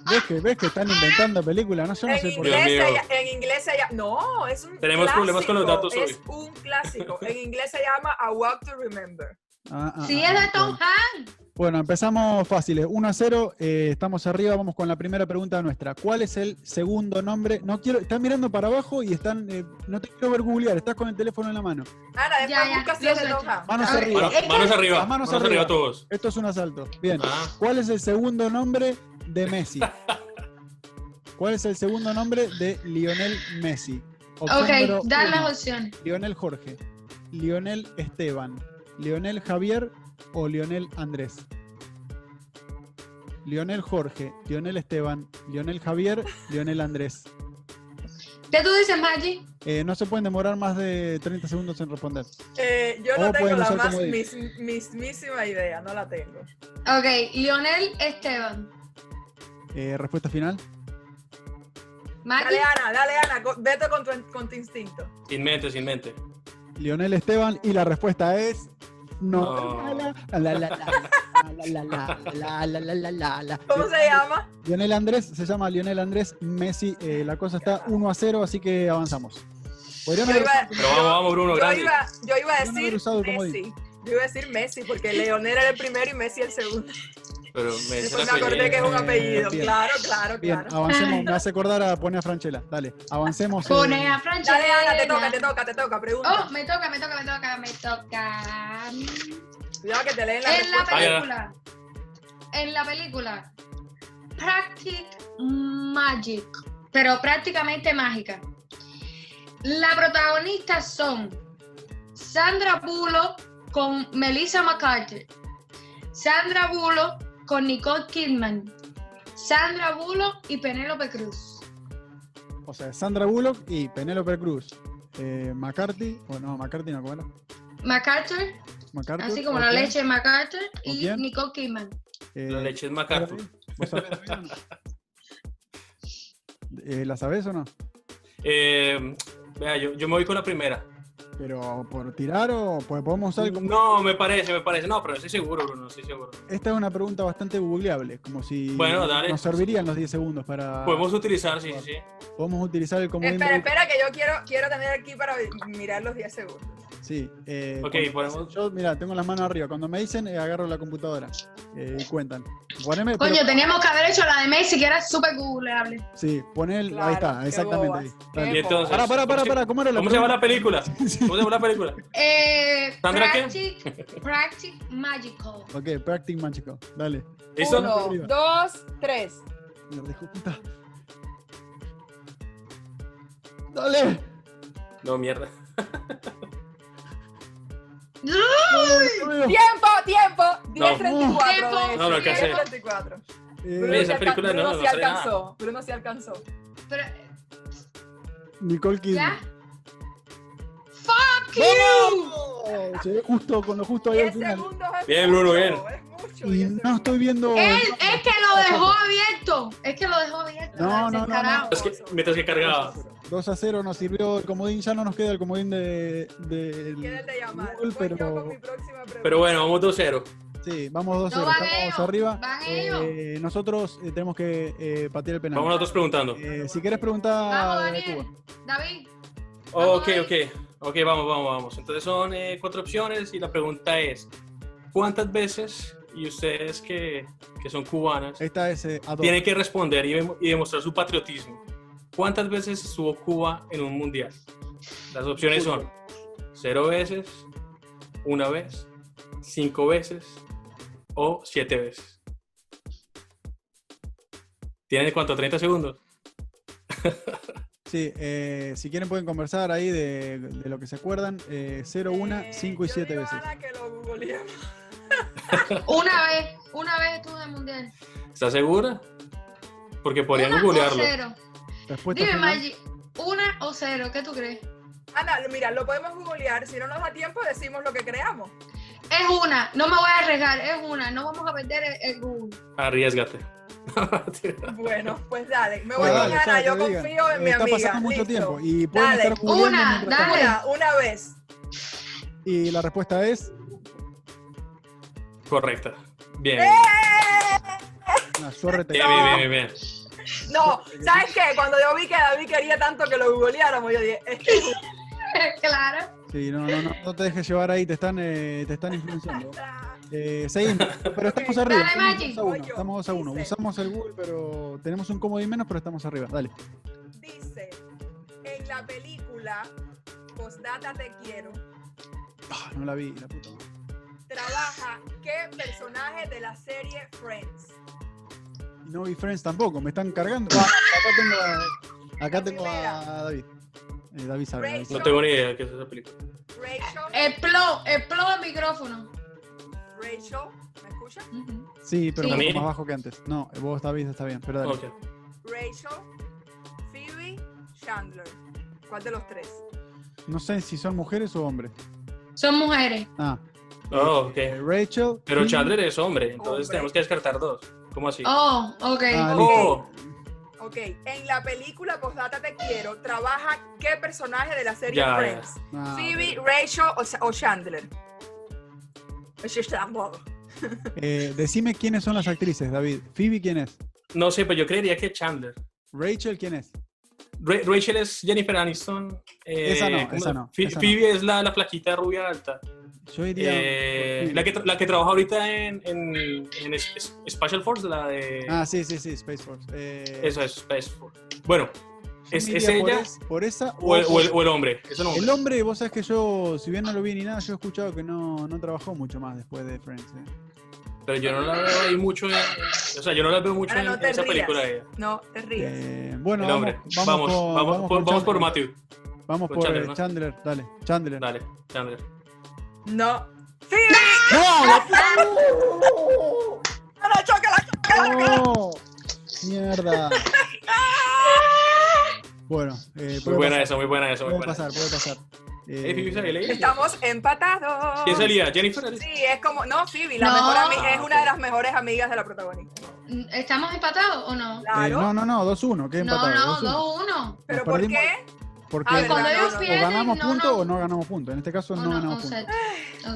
¿Ves que, ¿Ves que están inventando películas? No, yo no
En
sé por
Dios
qué.
inglés,
mío.
hay, en inglés se llama- No, es un
Tenemos
clásico,
problemas con los datos
es
hoy.
un clásico. En inglés se llama A Walk to Remember.
Ah, ah,
Sí,
ah,
es de
ok.
Tom Hanks.
Bueno, empezamos fáciles. 1 a 0, eh, estamos arriba, vamos con la primera pregunta nuestra. ¿Cuál es el segundo nombre? No quiero, están mirando para abajo y están, eh, no te quiero ver googlear, estás con el teléfono en la mano.
Ana, después
Ya, ya,
busca si
lo
es de
sé.
Tom Hanks.
Manos
A ver,
arriba.
Bueno,
Es que-
manos arriba.
Las manos
Manos arriba
arriba.
todos.
Esto es un asalto. Bien.
Ah,
¿Cuál es el segundo nombre de Messi? ¿Cuál es el segundo nombre de Lionel Messi? Opción número
Ok, dan
uno,
las opciones.
Lionel Jorge, Lionel Esteban, Lionel Javier o Lionel Andrés. Lionel Jorge, Lionel Esteban, Lionel Javier, Lionel Andrés.
¿Qué tú dices, Maggi?
Eh, no se pueden demorar más de 30 segundos en responder.
Eh, yo
¿Cómo
no tengo
pueden
la
usar
más
comodín?
mis, mismísima idea, no la tengo.
Ok, Lionel Esteban.
Eh, respuesta final.
Maggi.
Dale, Ana, dale, Ana, co- vete con tu, con tu instinto.
sin mente, sin mente.
Lionel Esteban y la respuesta es no.
No.
La, la, la, la, la, la, la, la, la, la, la, la.
¿Cómo se llama?
Lionel Andrés se llama Lionel Andrés Messi. eh, la cosa está 1 a 0, así que avanzamos. Podrían
Yo
haber-
iba,
Pero vamos, vamos, Bruno,
yo
grande.
iba, yo iba a
Yo no hubiera
decir
usado el comodín.
Messi. Yo iba a decir Messi, porque Leonel era el primero y Messi el segundo.
Pero me dice
Después me
la
acordé que es
apellido.
un apellido.
Eh, Bien.
Claro, claro,
Bien,
claro.
avancemos. Me hace acordar a poner a Franchella. Dale, avancemos. eh,
Pone a Francia.
Dale, Ana, te toca, te toca, te toca. Pregunta.
Oh, me toca, me toca, me toca, me toca.
Cuidado que te leen la
En la
respuesta.
Vaya.
película. En la película. Practic Magic. Pero prácticamente mágica. La protagonista son Sandra Bullock con Melissa McCarthy. Sandra Bullock con Nicole Kidman. Sandra Bullock y Penélope Cruz.
O sea, Sandra Bullock y Penélope Cruz. Eh, McCarthy, o no, McCarthy no, ¿cómo era?
MacArthur,
McCarthy.
así como
¿o
la
quién?
leche de MacArthur y
quién?
Nicole Kidman.
Eh,
La leche es MacArthur.
¿vos sabés, David, o no? Eh, ¿La sabés o no?
Eh, vea, yo, yo me voy con la primera.
Pero por tirar o pues podemos usar como-
No, me parece, me parece. No, pero estoy seguro, Bruno, estoy seguro.
Esta es una pregunta bastante googleable, como si
Bueno, dale.
nos servirían los 10 segundos para
Podemos utilizar, sí, sí, sí.
podemos utilizar el comodín.
Espera,
de-
espera, que yo quiero, quiero tener aquí para mirar los 10 segundos.
Sí. eh,
Ok,
cuando-
podemos-
Yo, mira, tengo las manos arriba. Cuando me dicen, eh, agarro la computadora eh, y cuentan. Poneme,
Coño,
pero-
teníamos que haber hecho la de Messi, que era súper googleable.
sí, pon el-
Claro,
ahí está,
qué
exactamente.
bobas.
Ahí.
Qué
Dale.
Y entonces-
Pará, pará, pará,
¿Cómo se-
pará, ¿cómo era la
¿Cómo se llama la
pregunta?
película? ¿Cómo se llama la película?
Eh,
¿Sandra qué?
Practic, Practic Magical.
Ok, Practic Magical. Dale.
¿Listo?
Uno.
Uno, dos, tres.
Mierda, hijo de puta. Dale.
No, mierda.
No veo.
¡Tiempo, tiempo! 10.34.
Tiempo.
No, no alcancé.
10.34.
Eh,
Bruno,
esa
se alca-
película no,
Bruno
no
sí
sé nada.
alcanzó. Bruno sí alcanzó.
Pero,
Nicole Kidman.
¿ya? ¡Fuck you!
¡Vamos! Eh, Llegué justo con lo justo ahí al
10
final.
segundos es
Bien,
mucho,
Bruno, bien.
Es mucho,
Y
10
no estoy viendo.
Él es que lo dejó abierto. Es que lo dejó abierto.
No, no, no, no.
descarado.
Es que- mientras que cargaba.
2 a 0 nos sirvió el comodín. Ya no nos queda el comodín de. del-
Queda el de llamar.
Google,
Voy yo
Mm, pero-
con mi próxima pregunta.
Pero bueno, vamos 2-0.
Sí, vamos 2 a 0.
No, van
Estamos
ellos,
arriba.
van
Eh, nosotros eh, tenemos que eh, patear el penal.
Vamos nosotros preguntando.
Eh, si quieres preguntar.
Vamos,
de
Daniel.
Cuba.
David,
Ok, ok. Ok, vamos, vamos, vamos. Entonces son eh, cuatro opciones y la pregunta es, ¿cuántas veces, y ustedes que, que son cubanas,
Esta es eh, a dos.
tienen que responder y, dem- y demostrar su patriotismo? ¿Cuántas veces estuvo Cuba en un mundial? Las opciones son cero veces, una vez, cinco veces o siete veces. ¿Tienen cuánto? ¿30 segundos?
Sí, eh, si quieren pueden conversar ahí de, de lo que se acuerdan. Eh, 0, 1,
Eh,
5 y
yo
7
digo,
veces.
Ana, que lo googleemos.
una vez, una vez estuve en el mundial.
¿Estás segura? Porque podrían
una o
googlearlo.
cero.
Respuesta
Dime,
final.
Maggi, una o cero, ¿qué tú crees?
Ana, mira, lo podemos googlear. Si no nos da tiempo, decimos lo que creamos.
Es una, no me voy a arriesgar, es una, no vamos a perder el, el Google.
Arriesgate.
Bueno, pues dale. Me voy
Bueno,
con
dale,
Ana,
chao,
yo
que digan.
confío en mi
Está
amiga.
pasando mucho
Listo.
tiempo y pueden
Dale,
estar googleando
una,
mientras
dale.
tanto.
Una, una vez.
Y la respuesta es
Correcta. Bien.
¡Eh!
una suerte.
Bien, bien, bien, bien, bien.
No, ¿sabes qué? Cuando yo vi que David quería tanto que lo googleáramos, yo dije, este es
claro.
Sí, no, no, no, no te dejes llevar ahí, te están, eh, te están influenciando.
otra.
Eh, seguimos, pero estamos arriba.
Dale,
estamos
Magic.
dos a uno, Estamos 2 a 1.
Voy yo. Dice.
Usamos el Google, pero tenemos un cómodo y menos, pero estamos arriba. Dale.
Dice, en la película, postdata te quiero,
Ah, no la vi, la puta madre.
trabaja qué personaje de la serie Friends.
Y No vi Friends tampoco, me están cargando. Ah, acá tengo a, acá tengo a David. Eh, David sabe. David
No
sabe.
tengo ni idea de qué es esa película.
Eh.
Rachel,
Expló, expló el micrófono.
Rachel, ¿me escuchas?
Ujú.
Sí, pero un
Sí.
¿A mí?
poco más bajo que antes. No, vos David está bien, pero dale.
Ok.
Rachel, Phoebe, Chandler. ¿Cuál de los tres?
No sé si son mujeres o hombres.
Son mujeres.
Ah,
Oh,
eh,
ok.
Rachel.
Pero
Phoebe-
Chandler es hombre, entonces
Hombre.
tenemos que descartar dos. ¿Cómo así?
Oh, ok.
Ah,
ok.
Oh,
Ok, en la película postdata te quiero, trabaja qué personaje de la serie
Ya, ya.
Friends.
Ah,
Phoebe, Rachel o, Sa- o Chandler. Yo tampoco.
eh, decime quiénes son las actrices, David. Phoebe, ¿quién es?
no sé, pero yo creería que Chandler.
Rachel, ¿quién es?
Ra- Rachel es Jennifer Aniston. eh,
Esa no,
¿cómo
esa
se-
no,
Phi-
esa no.
Phoebe es la, la flaquita rubia alta.
Yo diría.
Eh,
Phoebe.
la, que tra- la que trabaja ahorita en, en, en es- es- Special Force, la de...
Ah, sí, sí, sí, Space Force. Eh,
Esa es Space Force. Bueno,
yo
¿es-
me
es
iría por
ella?
es- por esa
o el, o el-
el,
o el hombre. Eso no.
hombre, vos sabés que yo, si bien no lo vi ni nada, yo he escuchado que no, no trabajó mucho más después de Friends. eh.
Pero yo no la veo ahí mucho. en- o sea, yo no la veo mucho
Ahora
en,
no
en
te
esa
rías.
película de ella.
No, te ríes.
Eh, bueno,
el hombre.
vamos,
Vamos,
vamos,
vamos,
con- vamos
por,
con
vamos por
Chandler.
Matthew.
Vamos
con
por
Chandler,
eh,
¿no?
Chandler, dale, Chandler.
Dale, Chandler.
No. ¡Sí!
¡No! la
¡Ana, chócala, chócala!
¡No! ¡Mierda! Bueno, eh,
Muy
puede
buena
pasar,
esa, muy buena esa, muy
puede
buena.
pasar, puede pasar.
Eh, Phoebe, ¿sabes leer?
Estamos empatados.
¿Quién salía? ¿Jennifer?
Sí, es como. No, Phoebe, la
No.
mejor ami- es
Ah,
una de
ok.
las mejores amigas de la protagonista.
¿Estamos empatados o no?
Eh,
Claro.
no, no, no, 2-1, qué
No,
empatado.
no,
2-1.
2-1.
¿Pero
nos
por
perdimos.
qué?
Porque o
Ah,
Cuando
no,
ellos
no.
pierden,
ganamos
no,
punto
no.
o no ganamos punto. En este caso
O
no,
no,
ganamos
o
punto.
sea, ok.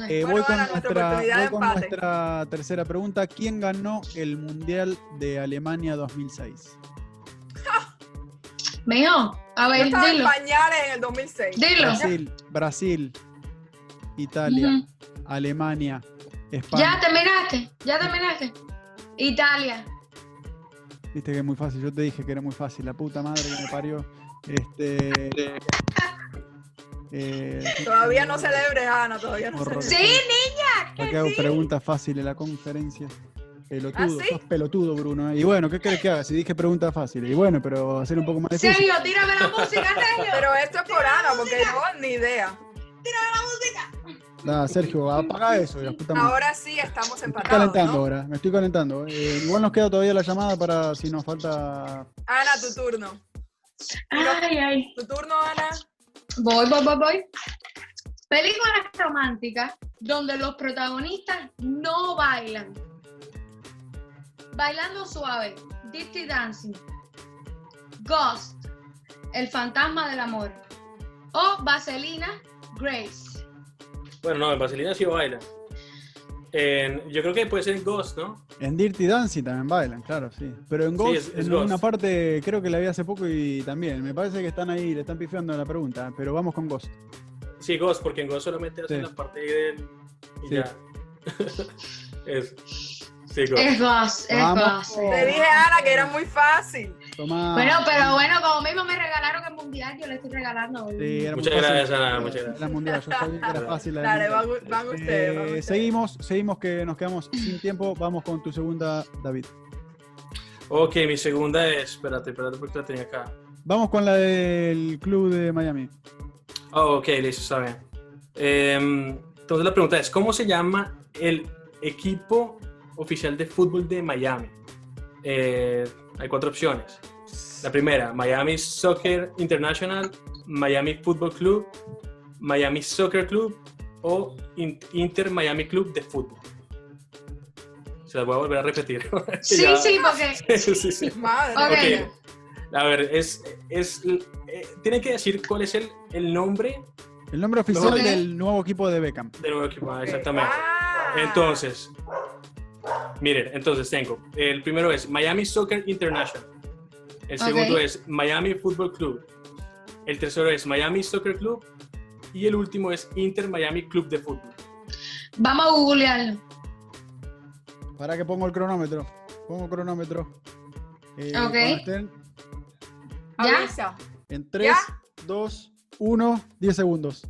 Eh,
Bueno,
voy con,
ahora nuestra
nuestra,
oportunidad de
voy con
empate.
nuestra tercera pregunta. ¿Quién ganó el Mundial de Alemania 2006?
Mijo, a
Yo
ver,
estaba en
dilo.
pañales en el 2006.
Dilo.
Brasil, Brasil, Italia,
Ujú.
Alemania,
Ya
España.
terminaste, ya terminaste. Italia.
Viste que es muy fácil. Yo te dije que era muy fácil. La puta madre que me parió. Este. eh,
Todavía no celebres, Ana, todavía no
Horror.
celebres.
Sí, niña.
¿Para
que
qué hago
sí.
preguntas fáciles en la conferencia? Pelotudo,
¿Ah, sí?
sos pelotudo, Bruno. ¿eh? Y bueno, ¿qué crees que haga? Si dije preguntas fáciles. Y bueno, pero hacer un poco más difícil.
Sergio, tírame la música, Sergio.
Pero esto es por Ana, porque yo ni idea.
Da, Sergio, apaga eso. y La puta madre.
Ahora sí estamos
me estoy
empatados.
calentando
¿no?
ahora, me estoy calentando. Eh, igual nos queda todavía la llamada para si nos falta.
Ana, tu turno.
Ay, ay.
Tu turno, Ana.
Voy, voy, voy, voy. Películas románticas donde los protagonistas no bailan. Bailando suave, Dirty Dancing, Ghost, El fantasma del amor, o Vaselina, Grace.
Bueno, no, en Vaselina sí baila. En- yo creo que puede ser en Ghost, ¿no?
En Dirty Dancing también bailan, claro, sí. Pero en Ghost,
es- es
en
Ghost.
una parte, creo que la vi hace poco y también. Me parece que están ahí, le están pifiando la pregunta, pero vamos con Ghost.
Sí, Ghost, porque en Ghost solamente hace
Sí.
la parte del. Y
Sí.
ya. Eso. Sí, Ghost.
Eh.
Es Ghost, es
Vamos.
Ghost.
Te dije, Ana, que era muy fácil.
Tomá.
Bueno, pero bueno, como mismo me regalaron el mundial, yo le estoy regalando. hoy.
Sí, era muy
Muchas
fácil.
gracias, Ana, muchas gracias.
Era mundial, yo sabía que era fácil la del
Dale,
mundial.
van, van
Eh,
ustedes. van ustedes.
seguimos, seguimos que nos quedamos sin tiempo. Vamos con tu segunda, David.
Ok, mi segunda es. Espérate, espérate, porque la tenía acá.
Vamos con la del club de Miami.
Oh, ok, listo, está bien. Em, entonces la pregunta es, ¿cómo se llama el equipo oficial de fútbol de Miami? Eh, hay cuatro opciones. La primera, Miami Soccer International, Miami Football Club, Miami Soccer Club o In- Inter Miami Club de fútbol. Se las voy a volver a repetir.
Sí,
Ya.
sí, porque.
sí, sí, sí.
Madre.
Ok.
Ok. A ver, es, es, eh, tienen que decir cuál es el, el nombre
El nombre oficial
Ok.
del nuevo equipo de Beckham.
del nuevo equipo. Ah,
Ok.
Exactamente.
Ah.
Entonces, miren, entonces tengo. El primero es Miami Soccer International. El
Ok.
segundo es Miami Football Club. El tercero es Miami Soccer Club. Y el último es Inter Miami Club de Fútbol.
Vamos a googlearlo.
Para que pongo el cronómetro. Pongo cronómetro. Eh,
Ok.
cuando estén
¿Ya?
Avisa.
en 3, 2, 1, 10 segundos.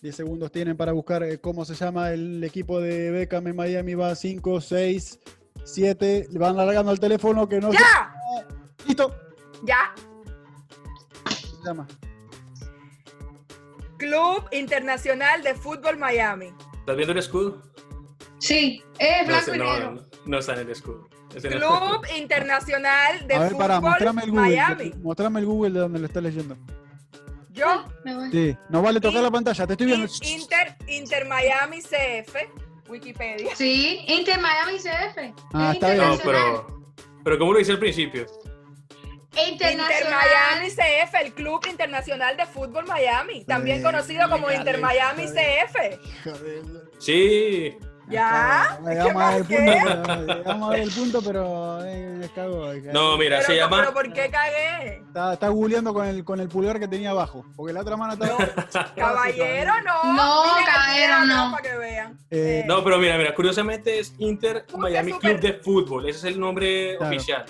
10 segundos tienen para buscar eh, cómo se llama el equipo de Beckham en Miami. Va 5, 6, 7. Le van alargando el teléfono que no se-
¡Ya!
Listo.
¡Ya!
Se llama.
Club Internacional de Fútbol Miami.
¿Estás viendo el escudo?
Sí, es blanco
sé,
y
no,
negro.
no, no está en el escudo. Es en el escudo.
Club Internacional de
A ver,
Fútbol
pará, mostrame el Google.
Miami.
Mostrame el Google de donde lo estás leyendo.
Yo,
Me voy.
Sí, no vale tocar
In-
la pantalla, te estoy viendo.
In- Inter, Inter Miami CF, Wikipedia.
Sí, Inter Miami CF.
Ah,
Es
está bien.
No,
internacional.
pero, pero ¿cómo lo dice al principio?
Inter
Internacional.
Miami CF, el Club Internacional de Fútbol Miami, también
Eh,
conocido como
dale,
Inter Miami
dale.
CF.
Sí,
¿Ya?
Le
¿Qué
vamos a ver el
más
punto, pero, le vamos a ver el punto, pero eh, es cago, es cago.
no, mira,
Pero,
se
no,
llama.
pero ¿por qué cagué?
Está, está googleando con el, con el pulgar que tenía abajo, porque la otra mano estaba...
Caballero, no.
No,
Miren aquí,
caballero, no.
Para que vean.
Eh,
No, pero mira, mira, curiosamente es Inter
Súper,
Miami
súper.
Club de Fútbol. Ese es el nombre
Claro.
oficial.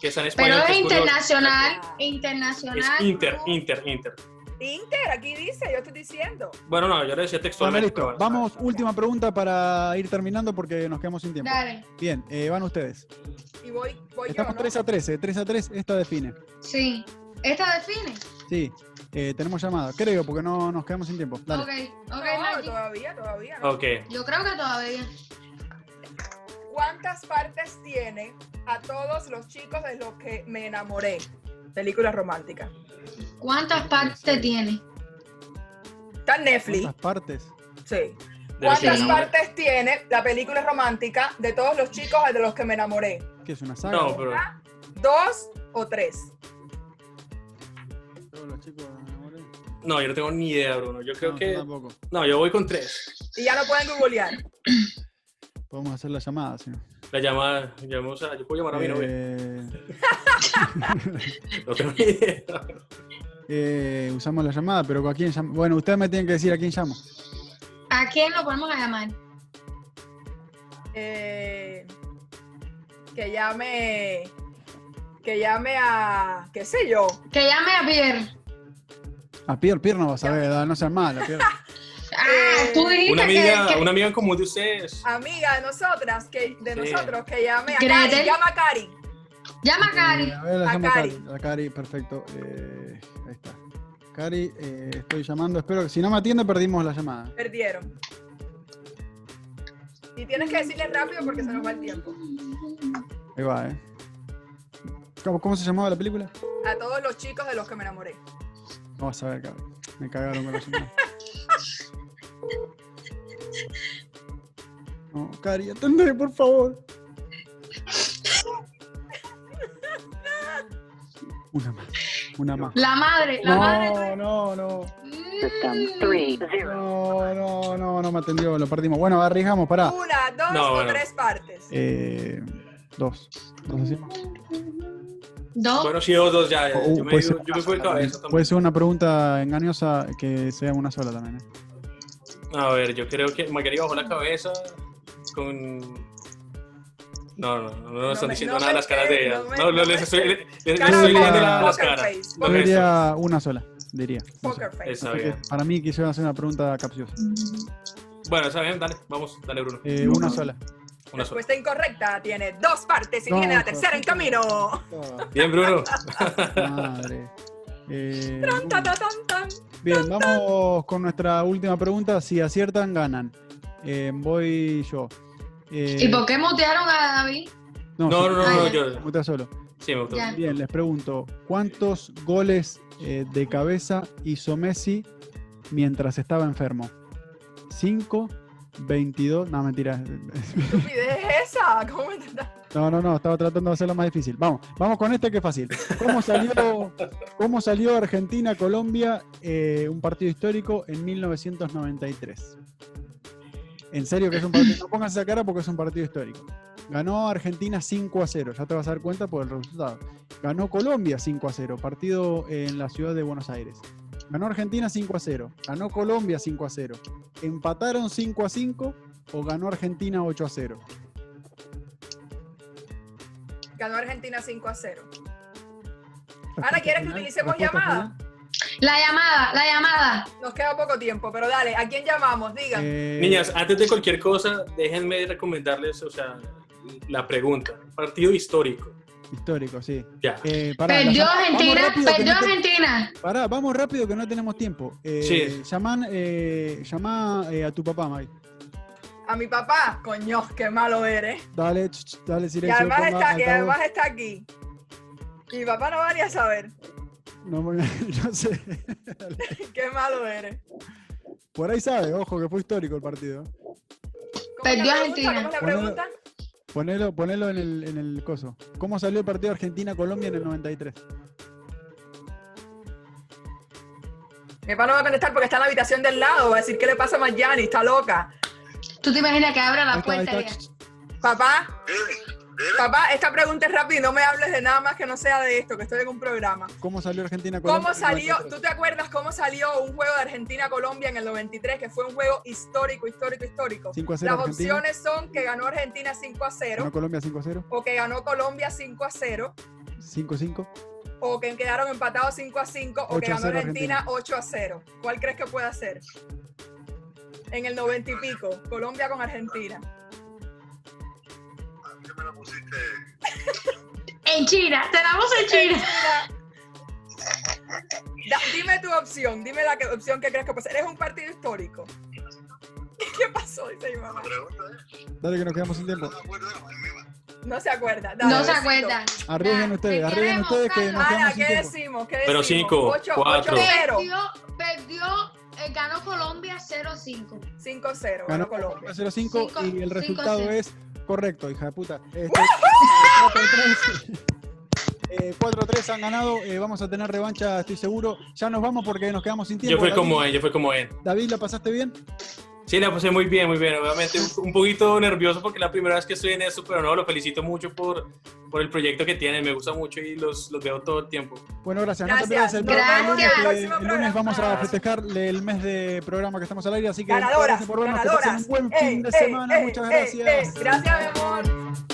Que está en español.
Pero
que
es
es curioso.
internacional.
Es
Internacional.
Inter,
Club.
Inter, Inter.
Inter, aquí dice, yo estoy diciendo.
Bueno, no, yo le decía
bueno,
textualmente.
listo.
pero bueno,
Vamos, última pregunta para ir terminando porque nos quedamos sin tiempo.
Dale.
Bien, eh, van ustedes.
Y voy, voy yo,
Estamos
¿no?
3 a 13, 3 a 3, esta define.
Sí. ¿Esta define?
Sí, eh, tenemos llamada, creo, porque no nos quedamos sin tiempo. Dale.
Ok, ok,
No,
Maggi.
todavía, todavía. no.
Ok.
Yo creo que todavía.
¿Cuántas partes tiene a todos los chicos de los que me enamoré? Película romántica.
¿Cuántas partes tiene?
Está en Netflix.
Estas partes.
Sí.
De los que
¿Cuántas
me enamoré.
partes tiene la película romántica de todos los chicos de los que me enamoré?
¿Qué es una saga?
No, pero.
¿Dos o tres?
Todos los chicos ¿eh? de Amores.
No, yo no tengo ni idea, Bruno. Yo creo
No, yo
que.
tampoco.
No, yo voy con tres.
Y ya no pueden googlear.
Podemos hacer la llamada, si no.
La llamada. llamamos a- yo puedo llamar a mi novia.
Eh,
No tengo ni idea.
eh, usamos la llamada, pero ¿a quién llamo? Bueno, ustedes me tienen que decir a quién llamo.
¿A quién lo podemos llamar?
Eh, que llame. Que llame a. ¿Qué sé yo?
Que llame a Pierre.
A Pierre, Pierre no va a saber, da- no seas mala, Pierre.
Ah, tú dijiste
Una
que-
amiga,
que, Ah,
una amiga en común de ustedes.
Amiga de nosotras, que, de
Sí.
nosotros, que llame a Cari.
Gretel.
Llama a Cari.
Llama a Cari.
Eh, a ver, la
A
llamo
Cari.
Cari. A Cari, perfecto. Eh, ahí está. Cari, eh, estoy llamando, espero que si no me atiende perdimos la llamada.
Perdieron. Y tienes que decirle rápido porque se nos va el tiempo.
Ahí va, ¿eh? ¿Cómo, cómo se llamaba la película?
A todos los chicos de los que me enamoré.
No vas a ver, cabrón. Me cagaron con la llamada. No, Cari, atendé, por favor. Una más, una más.
La madre, la madre. Mm,
No, no, no.
System three zero.
No, no, no, no me atendió, lo perdimos. Bueno, arriesgamos, pará.
Una, dos
No,
o
bueno.
tres partes.
Ah. Eh, dos. ¿Nos decimos?
Dos.
Bueno, sí, dos, dos, ya. ya.
Uh,
Yo me
puede
digo-
ser
yo me fui de cabeza
Puede ser una pregunta engañosa que sea una sola también. ¿eh?
A ver, yo creo que Margarita bajó la cabeza con. No, no, no, no están
me-
diciendo
no me
nada de las caras de
creo,
ellas.
no me-
No, no,
no
les
me
estoy,
creo.
les- les
Cara
estoy
de
viendo la-
poker
las caras.
face,
Los
Yo
poker
gestos.
diría una sola, diría. No sé.
Poker face.
Está
Así que
bien.
para mí quisieron hacer una pregunta capciosa.
Bueno, está bien, dale, vamos, dale, Bruno.
Eh, una sola.
Una sola.
Respuesta incorrecta. Tiene dos partes y
No,
tiene la
no,
tercera
no.
en camino.
Bien, Bruno.
Madre. Eh,
Tan, tan, tan, tan.
Bien, vamos con nuestra última pregunta. Si aciertan, ganan. Eh, voy yo. Eh,
¿Y por qué mutearon a David?
No,
No, no,
sí,
no, no,
Ah,
yo.
mutea solo.
Sí, me gustó.
Ya.
Bien, les pregunto, ¿cuántos goles eh, de cabeza hizo Messi mientras estaba enfermo? ¿5? ¿22? No, mentira.
estupidez es esa? ¿Cómo intentas?
No, no, no, estaba tratando de hacerlo más difícil. Vamos, vamos con este que es fácil. ¿Cómo salió, cómo salió Argentina-Colombia eh, un partido histórico en 1993? En serio que es un partido, no pongas esa cara porque es un partido histórico. Ganó Argentina 5 a 0, ya te vas a dar cuenta por el resultado. Ganó Colombia 5 a 0, partido en la ciudad de Buenos Aires. Ganó Argentina 5 a 0, ganó Colombia 5 a 0. ¿Empataron 5 a 5 o ganó Argentina 8 a 0?
Ganó Argentina 5 a 0. Ahora, ¿quieres que utilicemos llamada?
La llamada, la llamada.
Nos queda poco tiempo, pero dale, ¿a quién llamamos? Digan.
Eh,
Niñas, antes de cualquier cosa, déjenme recomendarles, o sea, la pregunta. Partido histórico.
Histórico, sí.
Ya.
Eh, pará, la
Perdió
llama- vamos
Argentina,
rápido, que
perdió
no te-
Argentina.
Pará, vamos rápido que no tenemos tiempo. Eh,
Sí.
llaman, eh, llamá eh, a tu papá, Mike.
A mi papá, coño, qué malo eres.
Dale, ch, ch, dale
Y
silencio.
además,
toma,
está, y
altavoz.
además está aquí. Y mi papá no va ni a saber.
No, me- no sé.
Qué malo eres.
Por ahí sabe, ojo, que fue histórico el partido.
¿Cómo
Perdió
es la pregunta?
Argentina.
¿Cómo es la
Ponelo-
pregunta?
Ponelo, ponelo en, el, en el coso. ¿Cómo salió el partido Argentina-Colombia en el 93?
Mi papá no va a contestar porque está en la habitación del lado. Va a decir, ¿qué le pasa a Mayani? Está loca.
¿Tú te imaginas que abra
Ahí
la
está, ahí
puerta?
está,
ya?
ch, ch.
Papá, papá, esta pregunta es rápida y no me hables de nada más que no sea de esto, que estoy en un programa.
¿Cómo salió Argentina-Colombia?
¿Cómo
en el
salió?
93?
¿Tú te acuerdas cómo salió un juego de Argentina-Colombia en el 93, que fue un juego histórico, histórico, histórico?
5 a 0
Las
Argentina.
opciones son que ganó Argentina 5 a 0,
Ganó Colombia 5 a 0.
o que ganó Colombia 5 a 0,
5 a 5.
o que quedaron empatados 5 a 5, o
8
que
a
ganó
0
Argentina
Argentina.
8 a 0. ¿Cuál crees que puede ser? En el 90 y pico, Colombia con Argentina.
¿Qué me la pusiste?
En China, te damos en China.
Mira. Da- dime tu opción, dime la que- opción que crees que puede ser. Es un partido histórico. ¿Qué pasó? Dice mi mamá.
Pregunta, ¿eh?
Dale que nos quedamos sin tiempo.
No me acuerdo, no, me iba.
No se acuerda. Dale,
No se
besito.
acuerda.
Arriesguen
Te
ustedes, arriesguen
queremos,
ustedes que nos
Carlos.
Ana,
quedamos sin
¿qué
tiempo.
decimos? ¿Qué
Pero
decimos?
cinco,
Ocho-
cuatro.
8-0.
Perdió, perdió, eh, ganó Colombia 0-5.
5-0. Ganó
Ganó
Colombia.
0-5
Cinco-
y el
cinco,
resultado
cero.
es correcto, hija de puta. Este, 4-3. Eh, 4-3 han ganado, eh, vamos a tener revancha, estoy seguro. Ya nos vamos porque nos quedamos sin tiempo.
Yo fui
David.
como él, yo fui como E. él.
David, ¿la pasaste bien?
Sí, la pasé muy bien, muy bien. Obviamente un- un poquito nervioso porque es la primera vez que estoy en esto, pero no, lo felicito mucho por, por el proyecto que tienen. Me gusta mucho y los, los veo todo el tiempo.
Bueno, gracias. No
Gracias.
te pierdas el
Gracias.
programa el lunes, que
Próximo
el lunes
programa.
vamos a festejar el mes de programa que estamos al aire, así que
Ganadoras.
gracias por vernos, que pasen
ganadoras.
un buen
Ey,
fin de
ey,
semana.
ey,
Muchas
ey,
gracias.
ey. Gracias, mi amor.